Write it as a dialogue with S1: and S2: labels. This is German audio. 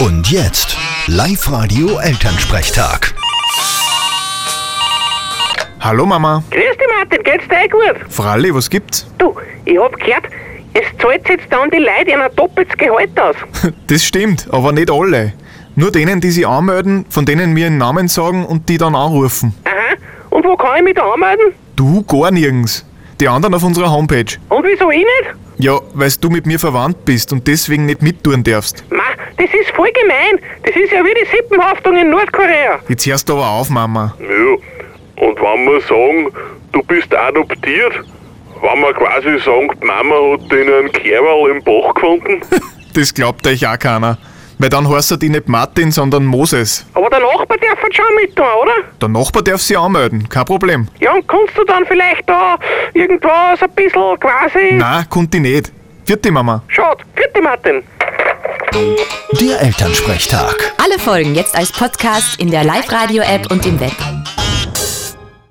S1: Und jetzt, Live-Radio Elternsprechtag.
S2: Hallo Mama.
S3: Grüß dich, Martin, geht's dir eh gut?
S2: Fralli, was gibt's?
S3: Du, ich hab gehört, es zahlt jetzt dann die Leute ein doppeltes Gehalt aus.
S2: Das stimmt, aber nicht alle. Nur denen, die sich anmelden, von denen wir einen Namen sagen und die dann anrufen.
S3: Aha, und wo kann ich mich da anmelden?
S2: Du gar nirgends. Die anderen auf unserer Homepage.
S3: Und wieso ich nicht?
S2: Ja, weil du mit mir verwandt bist und deswegen nicht mittun darfst.
S3: Ma, das ist voll gemein. Das ist ja wie die Sippenhaftung in Nordkorea.
S2: Jetzt hörst du aber auf, Mama.
S4: Ja, und wenn wir sagen, du bist adoptiert, wenn wir quasi sagen, die Mama hat den einen Kerl im Bach gefunden,
S2: Das glaubt euch auch keiner. Weil dann heißt er die nicht Martin, sondern Moses.
S3: Aber der Nachbar darf jetzt schon mit da, oder?
S2: Der Nachbar darf sich anmelden, kein Problem.
S3: Ja, und kannst du dann vielleicht da irgendwas ein bisschen quasi...
S2: Na, kommt die nicht. Vierte Mama.
S3: Schade. Vierte Martin.
S1: Der Elternsprechtag.
S5: Alle Folgen jetzt als Podcast in der Live-Radio-App und im Web.